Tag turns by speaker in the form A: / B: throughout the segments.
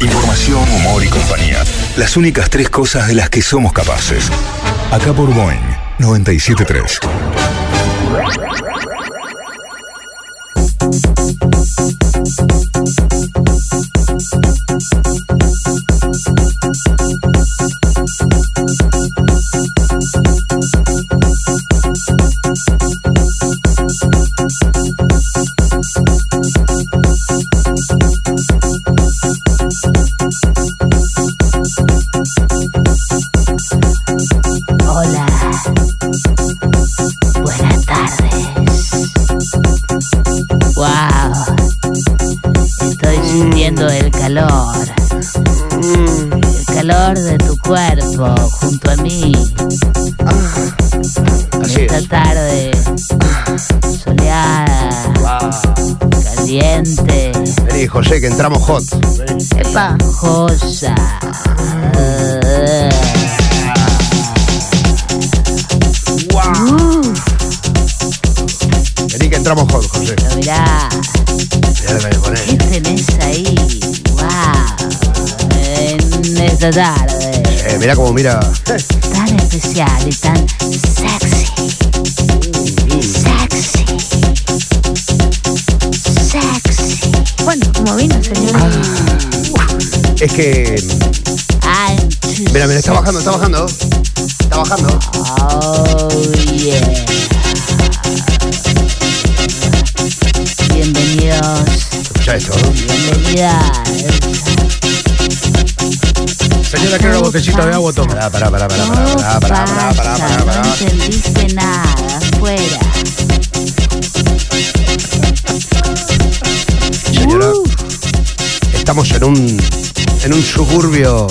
A: Diversión, humor y compañía. Las únicas tres cosas de las que somos capaces. Acá por Boeing 973.
B: Hola. Buenas tardes. Wow. Estoy
C: Mm.
B: sintiendo el calor. El calor de tu cuerpo junto a mí.
C: Así
B: Esta
C: es.
B: tarde soleada, caliente,
C: Vení, José, que entramos hot.
B: pajosa.
C: Mm.
B: Ah,
C: Vení, que entramos hot, José.
B: Pero mirá,
C: Mirá lo que me ponés.
B: ¿qué tenés ahí? Wow. En esta tarde.
C: Eh, mirá cómo mira.
B: tan especial y tan sexy. Sexy. Sexy.
D: Bueno, como vino, señor.
C: Es que.
B: I'm too
C: Mira, mira, está bajando, está bajando. Está bajando.
B: Oh, yeah. Bienvenidos,
C: Escucha esto.
B: bienvenidas.
E: Señora, quiero una botellita de agua, toma.
C: Pará, pará, pará, pará,
B: No
C: pará, pará, pará, pará, pará,
B: pasa,
C: pará,
B: no
C: pará.
B: entendiste nada, fuera.
C: Señora, estamos en un. en un suburbio.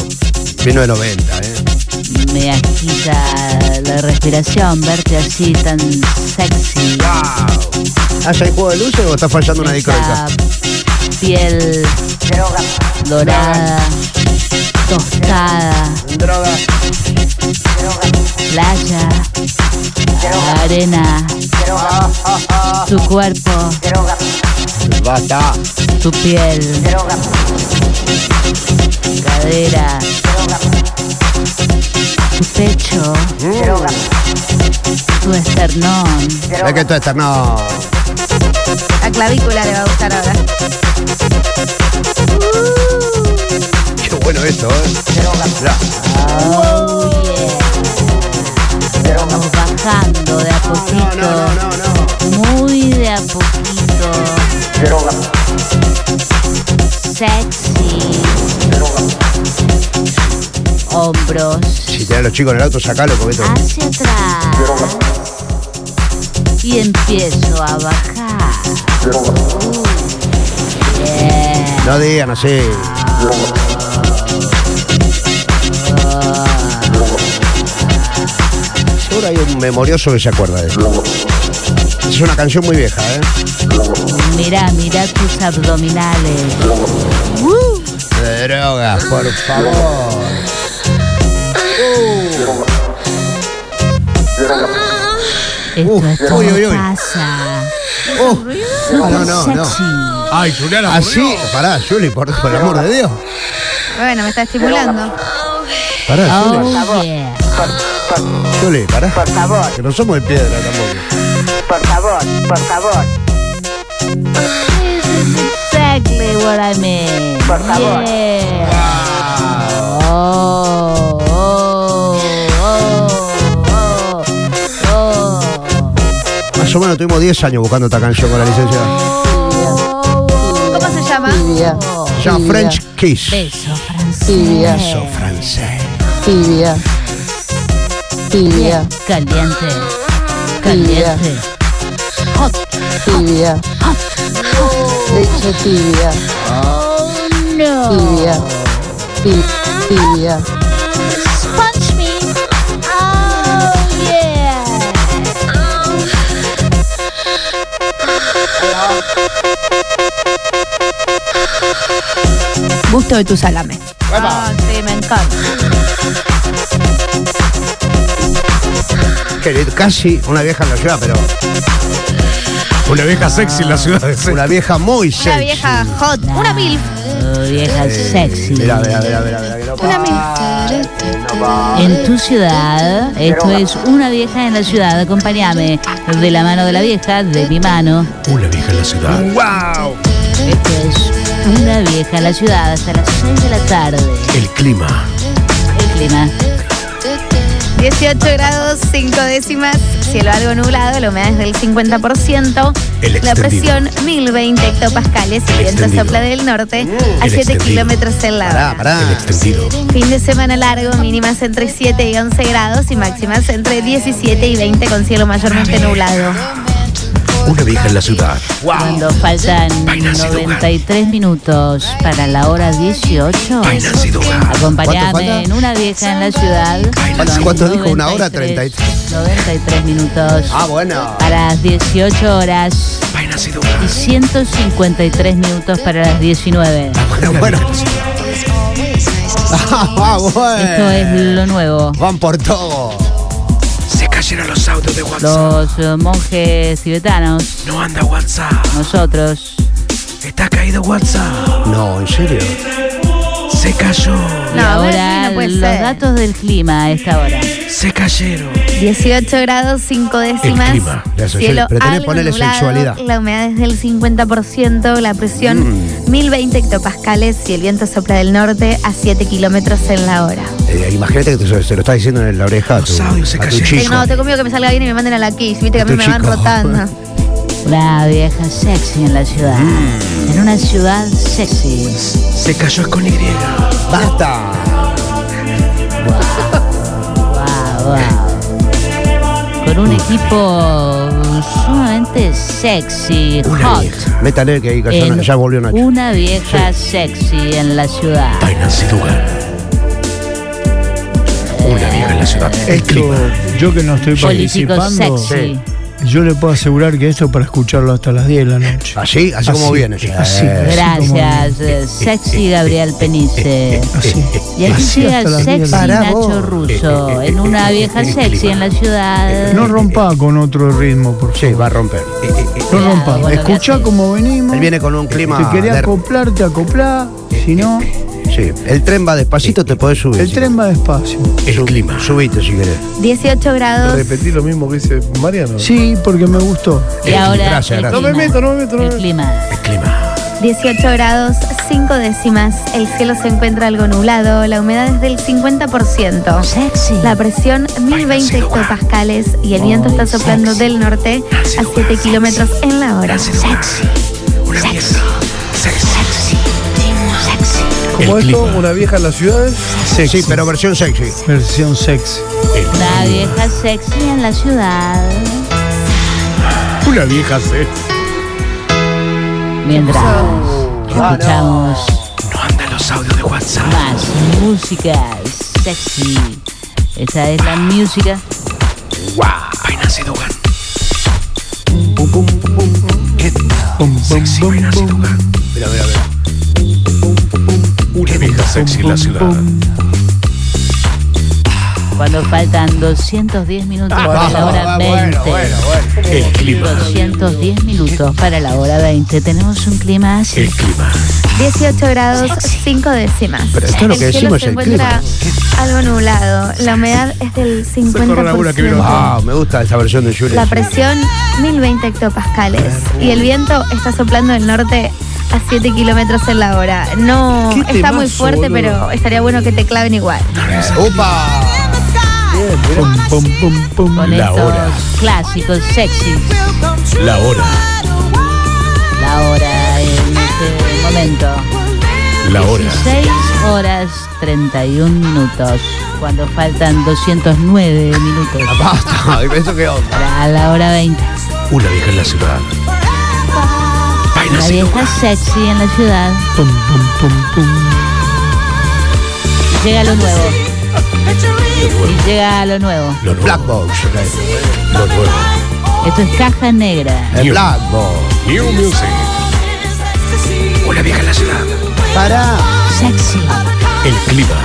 C: Vino de 90, ¿eh?
B: Me agita la respiración verte así tan sexy.
C: ¡Wow! ¿Ah, ya hay juego de luces o está fallando una
B: Esa
C: discoteca?
B: piel dorada, tostada,
C: Droga.
B: playa, arena, tu cuerpo,
C: Basta.
B: tu piel, cadera, tu pecho, tu esternón,
C: Es que esto está. No.
D: La clavícula le va a gustar ahora.
C: Qué bueno esto, ¿eh? Mirá.
B: oh yeah. Vamos bajando de a poquito.
C: no.
B: Muy de a poquito. Sexy. Hombros
C: Si tenés a los chicos en el auto, sacalo, porque esto-
B: hacia atrás. Y empiezo a bajar. Uh, yeah.
C: No digan así. Seguro hay un memorioso que se acuerda de eso. Es una canción muy vieja, ¿eh?
B: Mira, mira tus abdominales.
C: De drogas, por favor.
B: Esto
C: Uh,
B: es todo
C: uy, uy, uy.
B: pasa.
C: Oh, no, no, no.
B: Sexy.
E: Ay, Juliana,
C: Así, pará, Juli, por, por el amor de Dios.
D: Bueno, me está estimulando.
C: Pará,
D: Ah.
C: Juli.
B: Oh, yeah.
C: Juli, pará. Por favor. Que no somos de piedra tampoco.
B: This is exactly what I mean. Por favor. Oh, oh, oh, oh,
C: Más o menos tuvimos 10 años buscando esta canción con la licencia.
D: ¿Cómo se llama?
B: oh.
C: Ya French Kiss.
B: Beso francés.
C: Beso francés.
F: Tibia. Tibia.
B: Caliente. Caliente. Hot,
F: Tibia.
B: hot.
F: Leche tibia.
B: Oh, no.
F: Tibia. Ti- Tibia.
B: Punch me. Oh, yeah.
D: Gusto de tu salame.
C: Epa.
D: Ah, sí, me encanta.
C: Que casi una vieja en la ciudad, pero.
E: Una vieja sexy en la ciudad de Sexy.
C: Una vieja muy sexy.
D: Una vieja hot. Una mil.
B: Oh, vieja
C: Eh,
B: sexy.
C: Mirá, mirá, mirá, mirá, mirá, que no
D: Una mil.
B: En tu ciudad, esto es una vieja en la ciudad, acompáñame de la mano de la vieja, de mi mano.
E: Una vieja en la ciudad. ¡Wow!
B: Esto es una vieja en la ciudad hasta las 6 de la tarde.
E: El clima.
B: El clima.
D: 18 grados, 5 décimas, cielo algo nublado, la humedad es del 50%,
E: El
D: la
E: extendido.
D: presión 1020 hectopascales, el viento
E: extendido.
D: sopla del norte a
E: El
D: 7
E: extendido.
D: kilómetros en la hora.
C: Pará, pará.
E: El extendido.
D: Fin de semana largo, mínimas entre 7 y 11 grados y máximas entre 17 y 20 con cielo mayormente nublado.
E: Una vieja en la ciudad.
B: Cuando faltan 93 minutos para la hora 18,
E: Nancy Dugan.
C: ¿Cuánto falta?
B: acompáñame en una vieja en la ciudad.
C: ¿Cuánto- cuánto dijo? ¿Una hora?
B: 93 minutos.
C: Ah, bueno.
B: Para las 18 horas y 153 minutos para las 19.
C: Bueno, bueno. Ah, bueno.
B: Esto es lo nuevo.
C: Van por todo.
G: Se cayeron los autos de WhatsApp.
B: Los eh, monjes tibetanos,
G: No anda WhatsApp.
B: nosotros,
G: Está caído WhatsApp.
C: No, en serio.
G: Se cayó.
B: y
D: No,
B: ahora
D: Messi, no puede
B: los
D: ser.
B: datos del clima a esta hora.
G: Se cayeron.
D: 18 grados, 5 décimas.
E: clima,
C: la sexual-
D: cielo
C: pero tenés que
D: algo
C: ponerle
D: nublado,
C: sexualidad.
D: La humedad es del 50%, la presión
C: Mm.
D: 1020 hectopascales y el viento sopla del norte a 7 kilómetros en la hora.
C: Eh, imagínate que te- se, lo está diciendo en la oreja a tu,
G: Los audios se
C: a tu
G: cayeron.
D: Te-
C: chico.
D: Eh, No, te conmigo que me salga bien y me manden a la Kiss, viste que a mí
C: Tu
D: me van
C: chico.
D: rotando.
B: La vieja sexy en la ciudad. En una ciudad sexy.
G: Se cayó es con Y.
C: ¡Basta!
B: Wow, wow. Con un equipo sumamente sexy,
E: Una
B: hot.
E: vieja.
C: Métale que ahí cayó,
B: en
C: ya volvió Nacho.
B: Una vieja sexy en la ciudad.
E: Ay, Nancy Dugan. Una vieja en la ciudad. El clima.
H: Yo que no estoy
B: Político
H: participando,
B: sexy.
H: yo le puedo asegurar que esto es para escucharlo hasta las 10 de la noche.
C: Así, así, como viene.
H: eh, así.
C: Eh,
B: Gracias, eh, sexy Gabriel Penice.
H: Así.
B: Y aquí
H: Así
B: llega
H: hasta
B: el
H: las diez
B: sexy
H: de la
C: Pará
B: Nacho
C: vos.
B: Russo en una vieja sexy en la ciudad.
H: No rompa con otro ritmo, por
C: Sí,
H: favor.
C: va a romper.
H: No
B: Cuidado con lo
H: rompa.
B: que
H: Escuchá
B: haces.
H: cómo venimos.
C: Él viene con un clima.
H: Si querés
C: de-
H: acoplarte, acoplá. Si no,
C: sí, el tren va despacito, te podés subir.
H: el
C: si
H: tren va despacio.
C: querés.
E: El clima.
C: Subite si querés.
D: 18 grados,
E: Repetí lo mismo que dice Mariano.
H: Sí, porque me gustó.
B: Y ahora
C: Gracias,
B: el
C: gracias.
E: No me
B: clima.
E: meto, no me meto, no me
B: El
E: meto.
B: clima.
E: El clima.
D: 18 grados, 5 décimas. El cielo se encuentra algo nublado, la humedad es del 50%.
B: Sexy.
D: La presión 1020 hectopascales y el viento está soplando del norte a 7 kilómetros en la hora.
G: Una vieja.
E: El
H: Como esto,
E: clima.
H: una vieja en las ciudades. Sexy.
C: Sí, pero versión sexy.
H: Versión sexy.
B: Una vieja sexy en la ciudad.
E: Una vieja sexy.
B: Mientras
C: Ah,
B: escuchamos
G: No anda los audios de WhatsApp.
B: más música sexy. Esa es la música.
G: By Nancy Dugan.
H: Pum, pum, pum,
G: By Nancy
H: pum.
G: Dugan.
C: Mira, mira, mira.
E: Una vieja sexy en la ciudad.
B: Cuando faltan 210 minutos para la hora
C: Ah,
B: 20.
C: bueno, bueno, bueno.
E: El clima.
B: 210 minutos para la hora 20. Tenemos un clima así.
E: El clima.
D: 18 grados, 5 décimas.
C: Pero esto es lo que
D: cielo
C: decimos,
D: se
C: el
D: encuentra algo nublado, la humedad es del
E: corre alguna que vino.
D: 50%.
C: Ah, me gusta esta versión de Julio.
D: La presión 1020 hectopascales y el viento está soplando del norte a 7 kilómetros en la hora. No
C: Qué
D: está muy
C: temazo,
D: fuerte,
C: boludo.
D: pero estaría bueno que te claven igual.
C: ¡Upa!
H: Pum, pum, pum, pum.
B: Con
E: La
B: estos
E: hora.
B: clásicos sexy.
E: La hora.
B: La hora en este momento.
E: La hora.
B: 16 horas 31 minutos. Cuando faltan 209 minutos
C: ¡Basta! ¿Y eso qué onda?
B: para la hora 20.
E: Una vieja en la ciudad.
B: La vieja sexy en la ciudad.
H: Pum, pum, pum, pum.
B: Llega lo nuevo. Y llega lo nuevo.
E: Lo nuevo.
C: Black Box. Eh,
E: Lo nuevo.
B: Esto es caja negra.
C: El Black Box.
E: New Music.
G: Una vieja en la ciudad.
C: Pará.
B: Sexy.
E: El clima.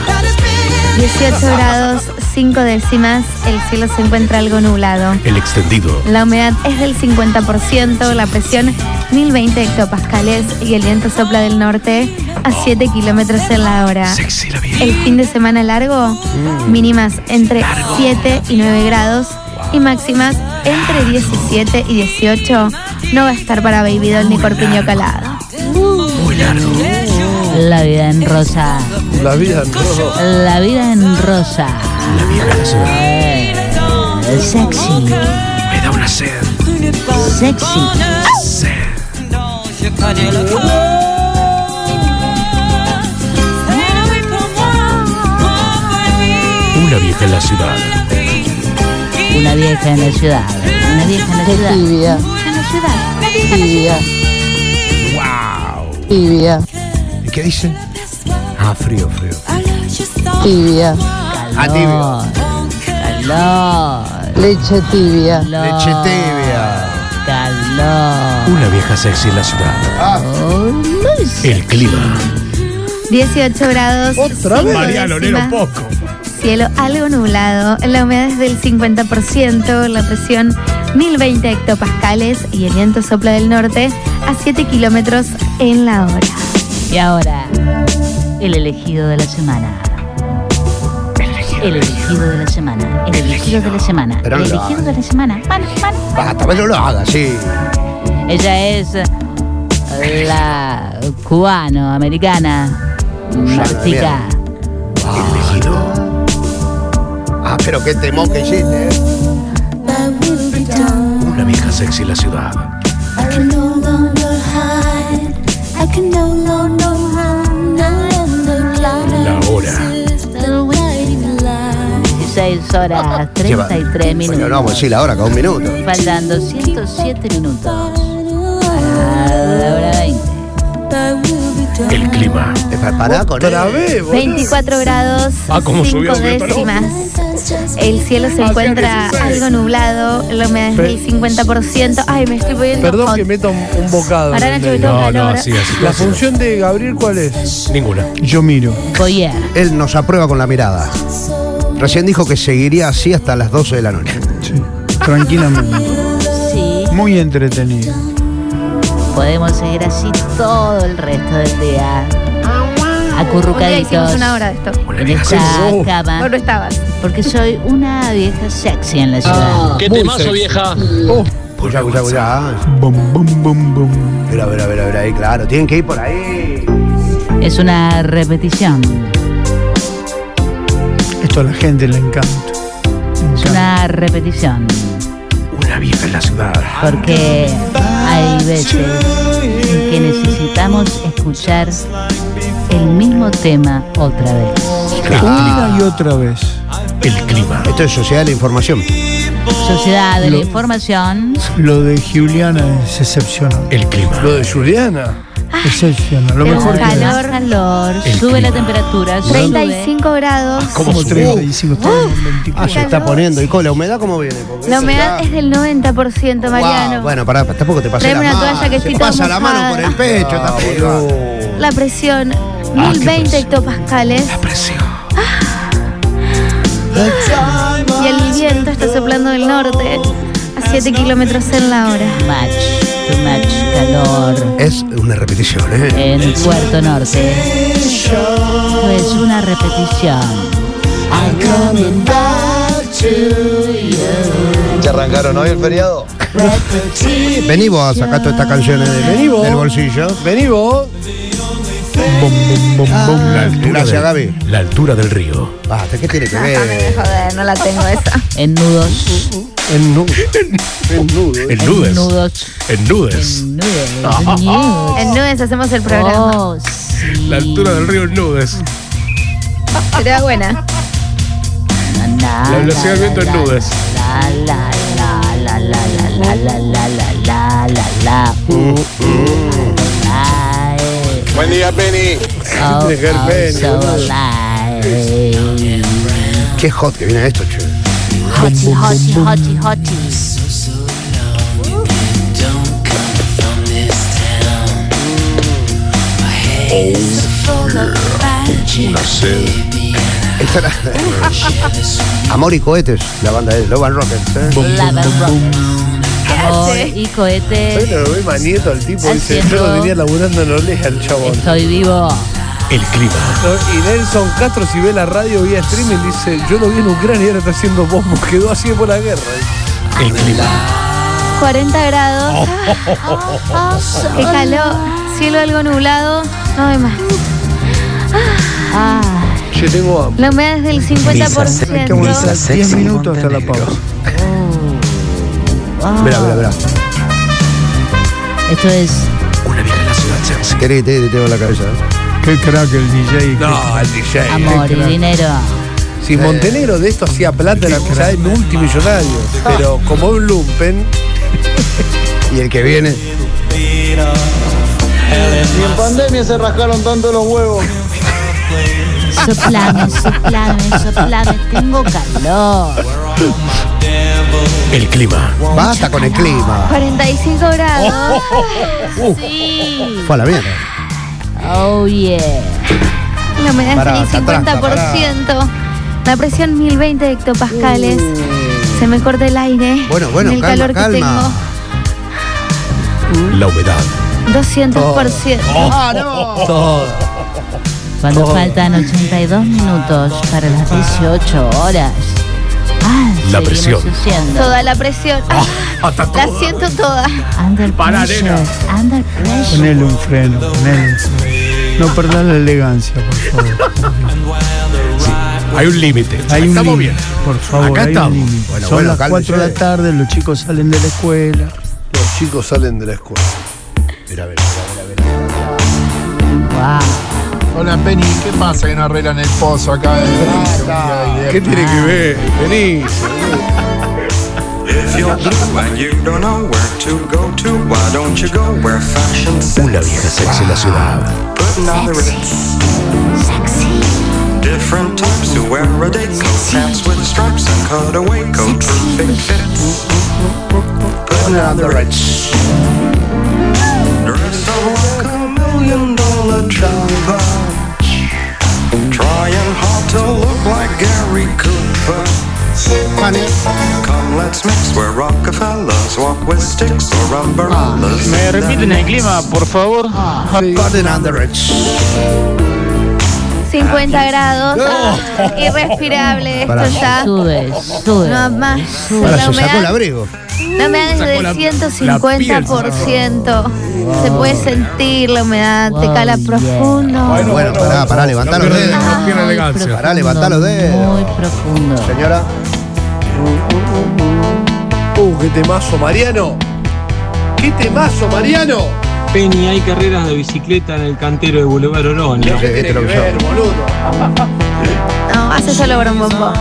D: 18 grados, 5 décimas, el cielo se encuentra algo nublado.
E: El extendido.
D: La humedad es del 50%, la presión 1020 hectopascales y el viento sopla del norte a 7 kilómetros en la hora.
G: Sexy la vida.
D: El fin de semana largo, mínimas entre 7 y 9 grados y máximas entre 17 y 18. No va a estar para Baby Doll ni Corpiño Calado.
B: La vida en rosa.
C: La vida no.
B: La vida en rosa.
E: La vieja la ciudad.
B: Eh, sexy.
G: Me da una sed.
B: Sexy.
G: Sed.
E: Una vieja en la ciudad.
B: Una vieja en la ciudad. Una vieja en la
F: Qué
B: ciudad.
F: tibia,
D: En la ciudad.
F: tibia,
C: ¡Wow!
F: tibia,
C: ¿Y qué dice? Ah, frío, frío.
F: tibia,
B: Calor. Calor.
F: leche tibia,
C: Leche tibia.
B: Calor.
E: Una vieja sexy en la ciudad. El clima.
D: 18 grados.
C: Otra vez.
D: cinco décimas.
E: poco.
D: Cielo algo nublado, la humedad es del 50%, la presión 1020 hectopascales y el viento sopla del norte a 7 kilómetros en la hora.
B: Y ahora, el elegido de la semana. El elegido de la semana. El elegido de la semana. El
C: Pero no lo
B: elegido de
C: hagas.
B: la semana. Mano, mano.
C: Basta, pero no lo hagas, sí.
B: Ella es la cubano-americana Martica.
C: Ah, pero qué temón que hiciste, ¿eh?
E: Una vieja sexy en la ciudad. La hora.
B: 16 horas
C: Lleva-
B: 33
C: Bueno, no vamos a
B: minutos.
C: decir la hora, cada un minuto.
B: Faltan 207 minutos. A la hora 20.
E: El clima.
C: Es pa- Pará con él.
D: 24 grados,
E: Ah, cómo
D: 5
E: subió, subió, paró.
D: décimas. El cielo se encuentra algo nublado, la humedad es del 50%. Ay, me estoy poniendo
I: Perdón
D: hot.
I: que meta un, un bocado.
D: Ahora, Nacho, que tengo
E: No, no,
D: calor.
E: así, así.
I: ¿La función de Gabriel cuál es?
E: Ninguna.
H: Yo miro.
B: Boyer.
C: Él nos aprueba con la mirada. Recién dijo que seguiría así hasta las 12 de la noche.
E: Pues
H: Sí. Tranquilamente.
B: Sí,
H: Muy entretenido.
B: podemos seguir así todo el resto del día.
D: Un día hicimos
B: Acurrucaditos. Ah.
D: una hora de esto.
B: En esta cama.
D: Vos no estabas.
B: Porque soy una vieja sexy en
E: Ah.
B: la ciudad.
I: ¿Qué temazo, vieja?
C: Escuchá, escuchá, escuchá. Ah,
H: Bum, bum, bum, bum.
C: Mira, mira, mira, mira, ahí, claro. Tienen que ir por ahí.
B: Es una repetición.
H: Esto a la gente le encanta. Le
B: Es
H: encanta.
B: una repetición.
E: Una vieja en la ciudad.
B: Porque hay veces en que necesitamos escuchar el mismo tema otra vez.
H: Una
I: Ah.
H: y otra vez.
E: El clima.
C: Esto es Sociedad de la Información.
B: Sociedad de la
H: Lo-
B: Información.
H: Lo de Juliana es excepcional.
E: El clima.
I: Lo de Juliana.
H: Excepcional. Lo
D: Tengo
H: mejor que
D: calor.
B: Más calor,
E: El
B: sube la
E: clima.
B: temperatura, sube.
D: 35 grados.
E: ¿Cómo
H: Como
E: subió?
H: 35, estamos en 24.
C: Ah, se está poniendo. ¿Y con la humedad cómo viene?
D: La humedad es del 90%, Mariano.
C: Wow, Bueno, pará, tampoco te pasé la
D: Tráeme
C: mano.
D: una toalla que
C: Se
D: estoy toda
C: pasa la mano por
D: mojada.
C: el pecho,
E: Ah,
C: tampoco.
D: La presión,
H: Ah,
D: 1020 hectopascales. Ah. Y el viento está soplando del norte a 7 kilómetros en la hora.
B: Too much, too much calor
C: Es una repetición, ¿eh?
B: en Puerto Norte. Esto es una repetición.
C: Vení vos a sacar todas estas canciones de-
I: Vení vos.
C: del bolsillo.
I: Vení vos.
H: Bum, bum, bum, bum.
E: La altura,
C: Gracias,
E: del,
C: Gaby.
E: la altura del río.
C: Basta, ¿qué tiene que
H: Eh.
C: ver?
D: Ah, Joder, no la tengo esa.
B: En nudos,
C: En nudo. En nudo.
E: En
B: en
E: nudes.
B: nudos,
E: En nudes.
B: en nudes, en nudes.
D: En nubes hacemos el programa.
B: Oh, sí.
E: La altura del río en nudes.
D: Será buena.
B: Na, na,
E: La velocidad
B: la,
E: del viento en
B: la,
E: nudes.
B: La la la la la la la la la la la la la. Ay.
I: Buen día, Penny.
B: Oh,
I: Dejar
B: oh,
I: Penny,
B: so
I: boludo.
B: alive.
C: Qué hot que viene esto, che.
B: Hotty, hotty, hotty, hotty.
E: Una sed.
C: Esto era- Amor y cohetes, la banda de Love and Rockets. ¿eh?
B: Lava Amor y
I: Bueno,
B: cohetes.
I: lo ve manieto al tipo. Dice, yo
B: Haciendo-
I: lo venía laburando en Olea el chabón.
B: Estoy vivo.
E: El clima.
I: No, Y Nelson Castro, si ve la radio vía streaming, dice, yo lo vi en Ucrania y ahora está haciendo bombos. Quedó así por la guerra.
E: El clima.
D: 40 grados.
H: Oh.
D: Qué calor. Cielo algo nublado. No hay más.
B: Ah,
I: Che, tengo hambre.
D: La humedad es del 50%.
H: 10 minutos hasta la pausa.
I: Ah.
C: Mira, mira, mira.
B: esto es.
G: Una vieja en la ciudad sense.
C: Querés que te, te tengo la cabeza. ¿eh?
H: Qué crack el DJ.
I: No, el DJ.
B: Amor y dinero.
I: Si Montenegro de esto hacía plata, era quizá el multimillonario. Pero como un lumpen,
C: Y el que viene.
B: Soplame, soplame, soplame. Tengo calor.
E: El clima.
C: Basta con el clima.
D: 45 grados.
C: Oh.
B: Sí.
C: Fue a la mierda.
B: Oh, yeah.
D: La humedad
C: Pará,
D: es del
C: Catrasca,
D: 50%. La presión 1020 hectopascales. Se me corta el aire.
C: Uh. Bueno, bueno,
D: del
C: calma,
D: calor
C: calma.
E: La humedad.
D: que tengo. 200%.
B: Cuando faltan 82 minutos para las 18 horas. Ah,
E: La
B: seguimos
E: presión.
B: Siendo
D: Toda la presión.
C: Oh,
D: la siento toda.
B: under
E: Pará,
B: pressure.
E: nena.
B: Under pressure.
H: Ponele un freno, ponele. No perdás la elegancia, por favor.
E: Hay un límite.
H: Hay un
E: Estamos bien.
H: límite, Por favor,
E: Acá
H: hay un
E: estamos.
H: límite.
C: Bueno,
H: Son
C: bueno,
H: las
C: cálmese.
H: 4 de la tarde, los chicos salen de la escuela.
I: los chicos salen de la escuela.
J: Hola Penny, ¿qué pasa que no arreglan el pozo acá de
I: ¿Qué tiene que ver? Vení.
E: Una vieja sexy en la ciudad.
J: ¿Me repiten el clima, por favor?
H: Ah,
C: Garden under it.
D: 50 grados. Ah, Irrespirable. Esto
C: Pará.
D: ya.
B: Sube, sube.
D: No más.
C: Ahora
D: La
C: se sacó el
D: humedad,
C: abrigo.
D: la humedad es del 150%.
C: Ah.
D: Se puede sentir la humedad. Te
B: Wow,
D: cala
B: yeah.
D: profundo.
C: Bueno, pará, pará, levantá los dedos.
B: Muy
E: elegancia.
C: Pará, levantá los dedos.
B: Muy profundo.
C: Señora.
I: Uh, qué temazo, Mariano. ¿Qué temazo, Mariano?
J: Penny, hay carreras de bicicleta en el cantero de Boulevard Orón.
I: ¿Qué
C: este
I: tiene que
C: lo que yo.
I: ver, boludo?
D: No, hace solo bombo.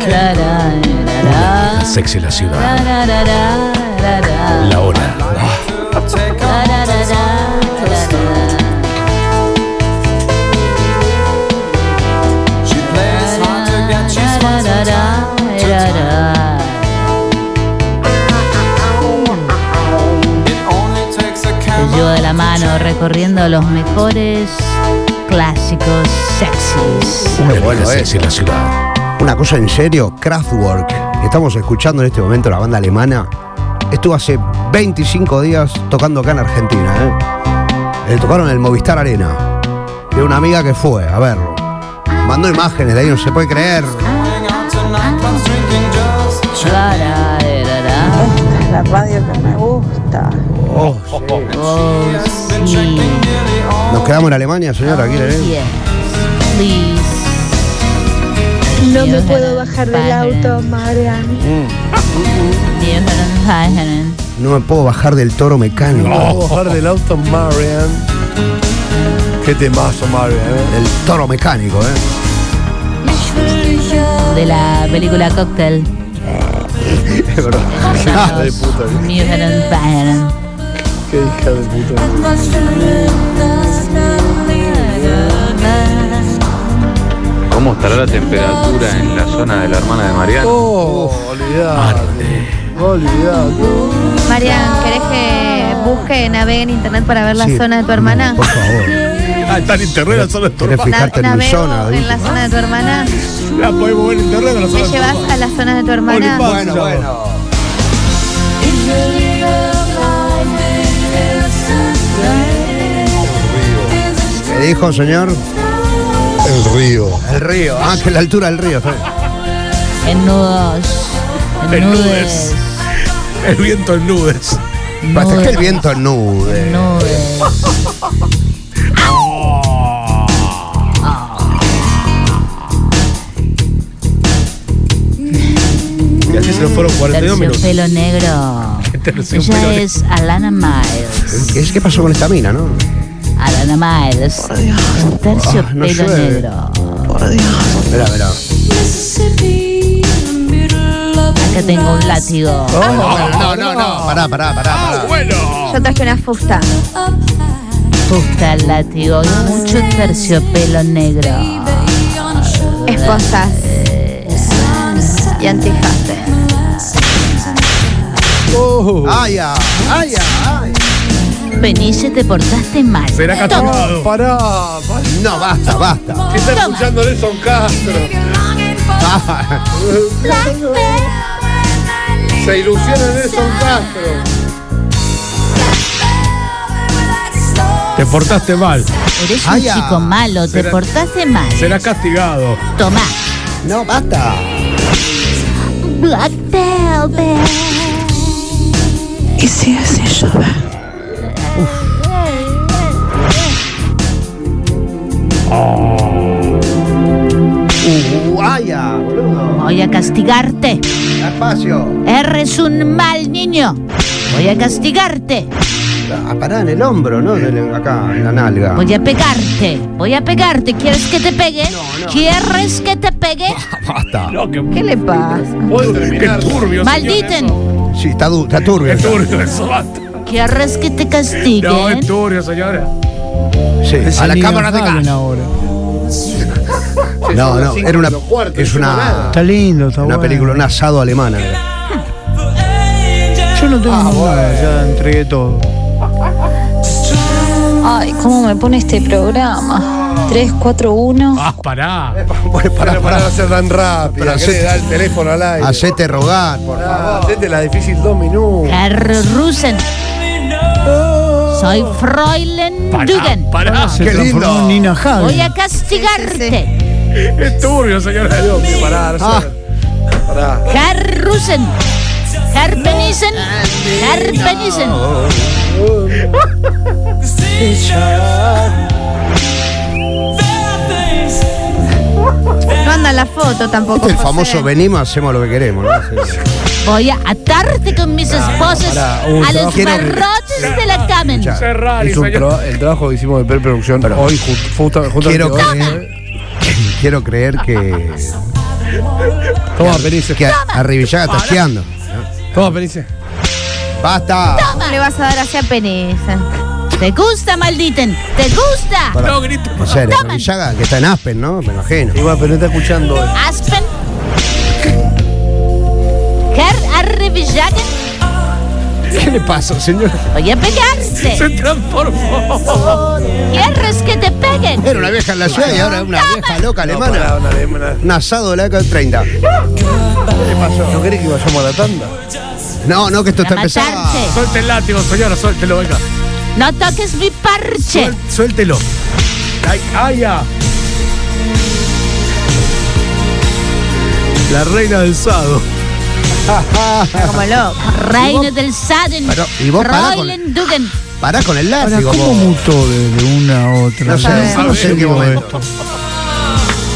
B: Tararara,
E: Sexy en la ciudad.
B: tararara, tararara,
E: La hora.
B: tararara, tararara. Tararara, tararara. Te llevo de la mano recorriendo los mejores clásicos sexys.
E: Una
C: bueno
E: vieja
C: eso.
E: sexy en la ciudad.
C: Una cosa en serio, Kraftwerk. Estamos escuchando en este momento la banda alemana. Estuvo hace 25 días tocando acá en Argentina. ¿eh? Eh, tocaron en el Movistar Arena. De una amiga que fue a verlo. Mandó imágenes de ahí, no se puede creer.
B: Tararara.
F: La radio que me gusta.
C: Oh,
B: Oh, sí.
C: Nos quedamos en Alemania, señora. Aquí,
B: Oh,
C: ¿eh?
B: yes. Please.
F: No me puedo bajar del auto, Marian.
C: No me puedo bajar del toro mecánico.
I: Vamos a bajar del auto, Marian. Qué temazo, Marian. ¿eh?
C: Del toro mecánico, ¿eh?
B: De la película Cocktail.
C: Es verdad. Ah,
I: Hija de puta.
B: Mierda, Bayern.
I: Qué hija de puta.
J: ¿Cómo estará la temperatura en la zona de la hermana de Mariano?
I: Oh, olvidate. Olvidate.
D: Marian, ¿querés que busque, navegue en internet para ver la
C: Sí.
D: zona de tu hermana?
C: Por favor.
K: Ah, están en terreno, solo en
C: ¿Querés fijarte en mi
D: Navego
C: zona?
D: en la
C: Adulto?
D: zona de tu hermana.
K: La podemos ver en terreno, la
D: ¿Me
K: zona
D: llevas a la zona de tu hermana?
K: Bueno, bueno.
C: ¿Qué dijo, señor?
K: El río.
C: El río. Ah, que la altura del río. está bien.
B: En nudos. En nudes.
K: Menudes. El viento en nubes.
C: Basta que el viento eh. nude.
B: Nudes.
I: Y así se nos fueron 42 minutos.
B: Terciopelo negro.
C: Este
I: Terciopelo
B: Ella
I: negro.
B: es Alana Miles.
C: ¿Qué, qué pasó con esta mina, no?
B: Alana Miles. En
C: Ah, no
B: terciopelo
C: llueve.
B: negro.
C: Verá, verá.
B: Acá tengo un látigo.
K: Oh.
C: No, no, no, no. Pará, pará, pará.
I: Ah,
C: pará.
D: Yo traje una fusta.
B: Fusta, látigo y mucho terciopelo negro.
D: Esposas. Y antifaces.
I: Oh.
C: ¡Ay, ah, ay, ah, ay!
B: Peniche, te portaste mal.
K: Será
B: Toma.
K: castigado.
I: Pará, pará.
C: No, basta, basta.
I: ¿Qué está escuchando Nelson Castro?
C: Ah,
I: Se ilusiona Nelson Castro.
K: Te portaste mal.
B: Eres un
C: Ay, ah.
B: chico malo, te
K: Será-
B: portaste mal.
K: Será castigado.
B: Tomá.
C: No, basta.
B: Black Velvet.
F: Y si así llover.
C: ¡Ay, ah, boludo!
B: Voy a castigarte.
C: Espacio.
B: Eres un mal niño. Voy a castigarte.
C: Ah, pará en el hombro, ¿no? En el- acá, en la nalga.
B: Voy a pegarte. Voy a pegarte. ¿Quieres que te pegue? ¿Quieres que te pegue?
C: Basta.
K: No, que
D: ¿Qué le pasa?
K: puedo terminar. Qué turbio.
B: Malditen.
C: Sí, está, du- está turbio.
K: Qué
C: está.
K: turbio eso, basta.
B: ¿Quieres que te castiguen?
K: No, es turbio, señora.
C: Sí, a la
H: Ni
C: cámara
H: nos
C: de acá.
H: hablen ahora.
C: No, no, era una. Es una.
H: Está lindo, está
C: Una
H: bueno.
C: película, un asado alemana. era.
H: Yo no
C: Ah,
H: tengo nada, ya entregué todo.
L: Ay, cómo me pone este programa. 341.
K: Ah, pará.
C: Bueno, pará,
I: Para no
C: pará.
I: ser tan rápida.
C: Pero
I: Querés
C: hacete-
I: dar el teléfono al aire.
C: Hacete rogar, por
I: Ah,
C: favor.
I: Hacete la difícil dos minutos.
B: Herr Rusen. Soy Fräulein Dugan.
K: Pará, pará.
H: Se
C: Ah, Qué
H: transformó
C: lindo.
H: en Nina Hagen.
B: Voy a castigarte.
K: Es turbio, señora.
I: Que Pará, no sé. Pará.
B: Herr Rusen. Herr Penissen. Herr Penissen.
D: No anda la foto tampoco.
C: Este es el
D: José.
C: famoso venimos, hacemos lo que queremos. ¿no? Sí.
B: Voy a atarte con mis esposas
I: pará. Uy,
B: a
I: no,
B: los
C: quiero-
B: barrotes de la cama.
K: Ferrari,
I: Es un
K: señor.
I: tra- el trabajo que hicimos de preproducción hoy, ju- justa- justamente
C: Quiero
I: hoy.
C: creer. Quiero creer que.
I: Toma, Penice.
C: Que a, a Rivillaga está esquiando.
I: Toma, Penice.
C: ¡Basta!
D: ¿Cómo le vas a dar hacia Peneza?
B: ¿Te gusta, malditen? ¿Te gusta?
C: Pará.
K: No grites.
C: En serio,
B: Tomen.
C: Rivillaga, que está en Aspen, ¿no? Me imagino.
I: Igual, pero no está escuchando hoy.
B: Aspen. Herr Arribillagen.
I: ¿Qué le pasa, señor?
B: Voy a pegarte.
K: Se transformó.
B: ¿Quieres que te peguen?
C: Era una vieja en la ciudad y ahora es una vieja loca alemana. Un asado de la década del 30.
I: ¿No querés que vayamos a la tanda?
C: No, no, que esto está
B: A
C: empezando.
B: matarte.
K: Suelte el látigo, señora, suéltelo, venga.
B: No toques mi parche.
K: Suel- Suéltelo. Ay, ay, ya.
I: La reina del sado.
D: Está como loco.
B: Reino del Saden.
C: Pero, y vos pará con-
B: Roylen Dugan.
C: Pará con el
H: Ahora,
C: látigo.
H: ¿cómo
C: vos.
H: mutó de, de una a otra?
C: No sé,
H: ¿Cómo
C: no sé en qué
H: llegó
C: momento.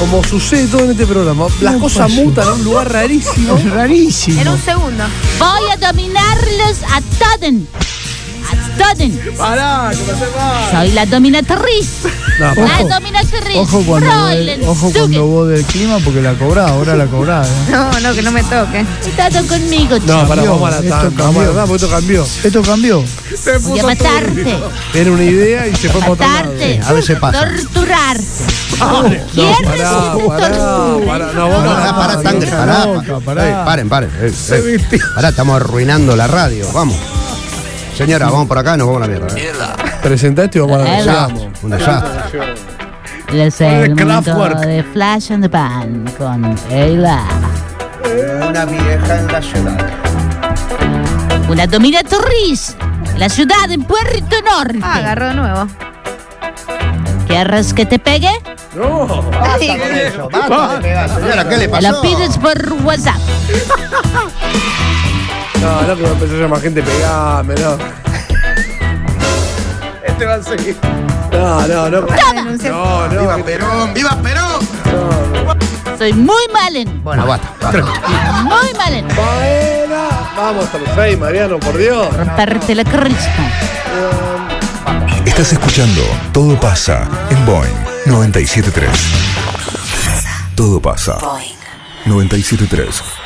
I: Como sucede todo en este programa, las
H: No
I: cosas
H: pasó.
I: mutan a un lugar
H: esto?
I: rarísimo.
H: Es rarísimo.
D: En un segundo.
B: Voy a dominarlos a Toden. A Toden.
I: Pará, que me mal.
B: Soy la dominatriz.
I: No,
B: La
H: Ojo.
B: dominatriz.
H: Ojo cuando,
B: Roylen
H: ojo cuando
B: Dugan.
H: vos del clima, porque la cobrás, ahora la cobrás. ¿eh?
D: No, no, que no me toque.
B: Cuidado conmigo, chico.
I: No, pará,
H: Cambió,
I: vamos a la
H: esto
I: tanda. Vamos a
H: cambió.
I: la tanda, porque esto cambió.
H: Esto cambió.
K: Se
B: Voy a
K: puso
B: matarte.
I: Era una idea y se fue para otro lado.
B: Matarte.
C: A veces pasa.
B: Torturarte.
I: No,
B: ¿Quieres
I: pará,
B: que te
I: pará,
B: torture?
I: pará. No, vos no.
C: Pará, pará, sangre,
H: vieja
C: pará.
H: loca, pará.
C: Eh, Paren, paren. eh, eh. Pará, estamos arruinando la radio, vamos. Señora, vamos por acá, nos vamos a la mierda. ¿eh?
H: Presentate y vamos a la
C: Vamos, Un desastre.
B: Es el mundo de Flash and the Pan con Sheila.
C: Una vieja en la ciudad.
B: Una Domina Torres, la ciudad en Puerto Norte.
D: Ah, agarró de nuevo.
B: ¿Quieres que te pegue?
H: No.
D: 啊
C: Basta con eso,
I: Ah,
C: basta de pegar, señora, ¿qué le
B: Me La
C: pasó?
B: pides por WhatsApp.
H: No, no, que va a empezar a llamar gente, pegame, no. Este va a seguir. No, no, no. No, no.
C: ¡Viva Perón! ¡Viva Perón!
B: Soy muy malen.
C: Bueno, basta. basta.
B: Muy malen.
H: Buena. Vamos hasta los seis, Mariano, por Dios.
B: Romperte la crispa.
E: Estás escuchando Todo pasa en Boeing 973. Todo pasa. 973.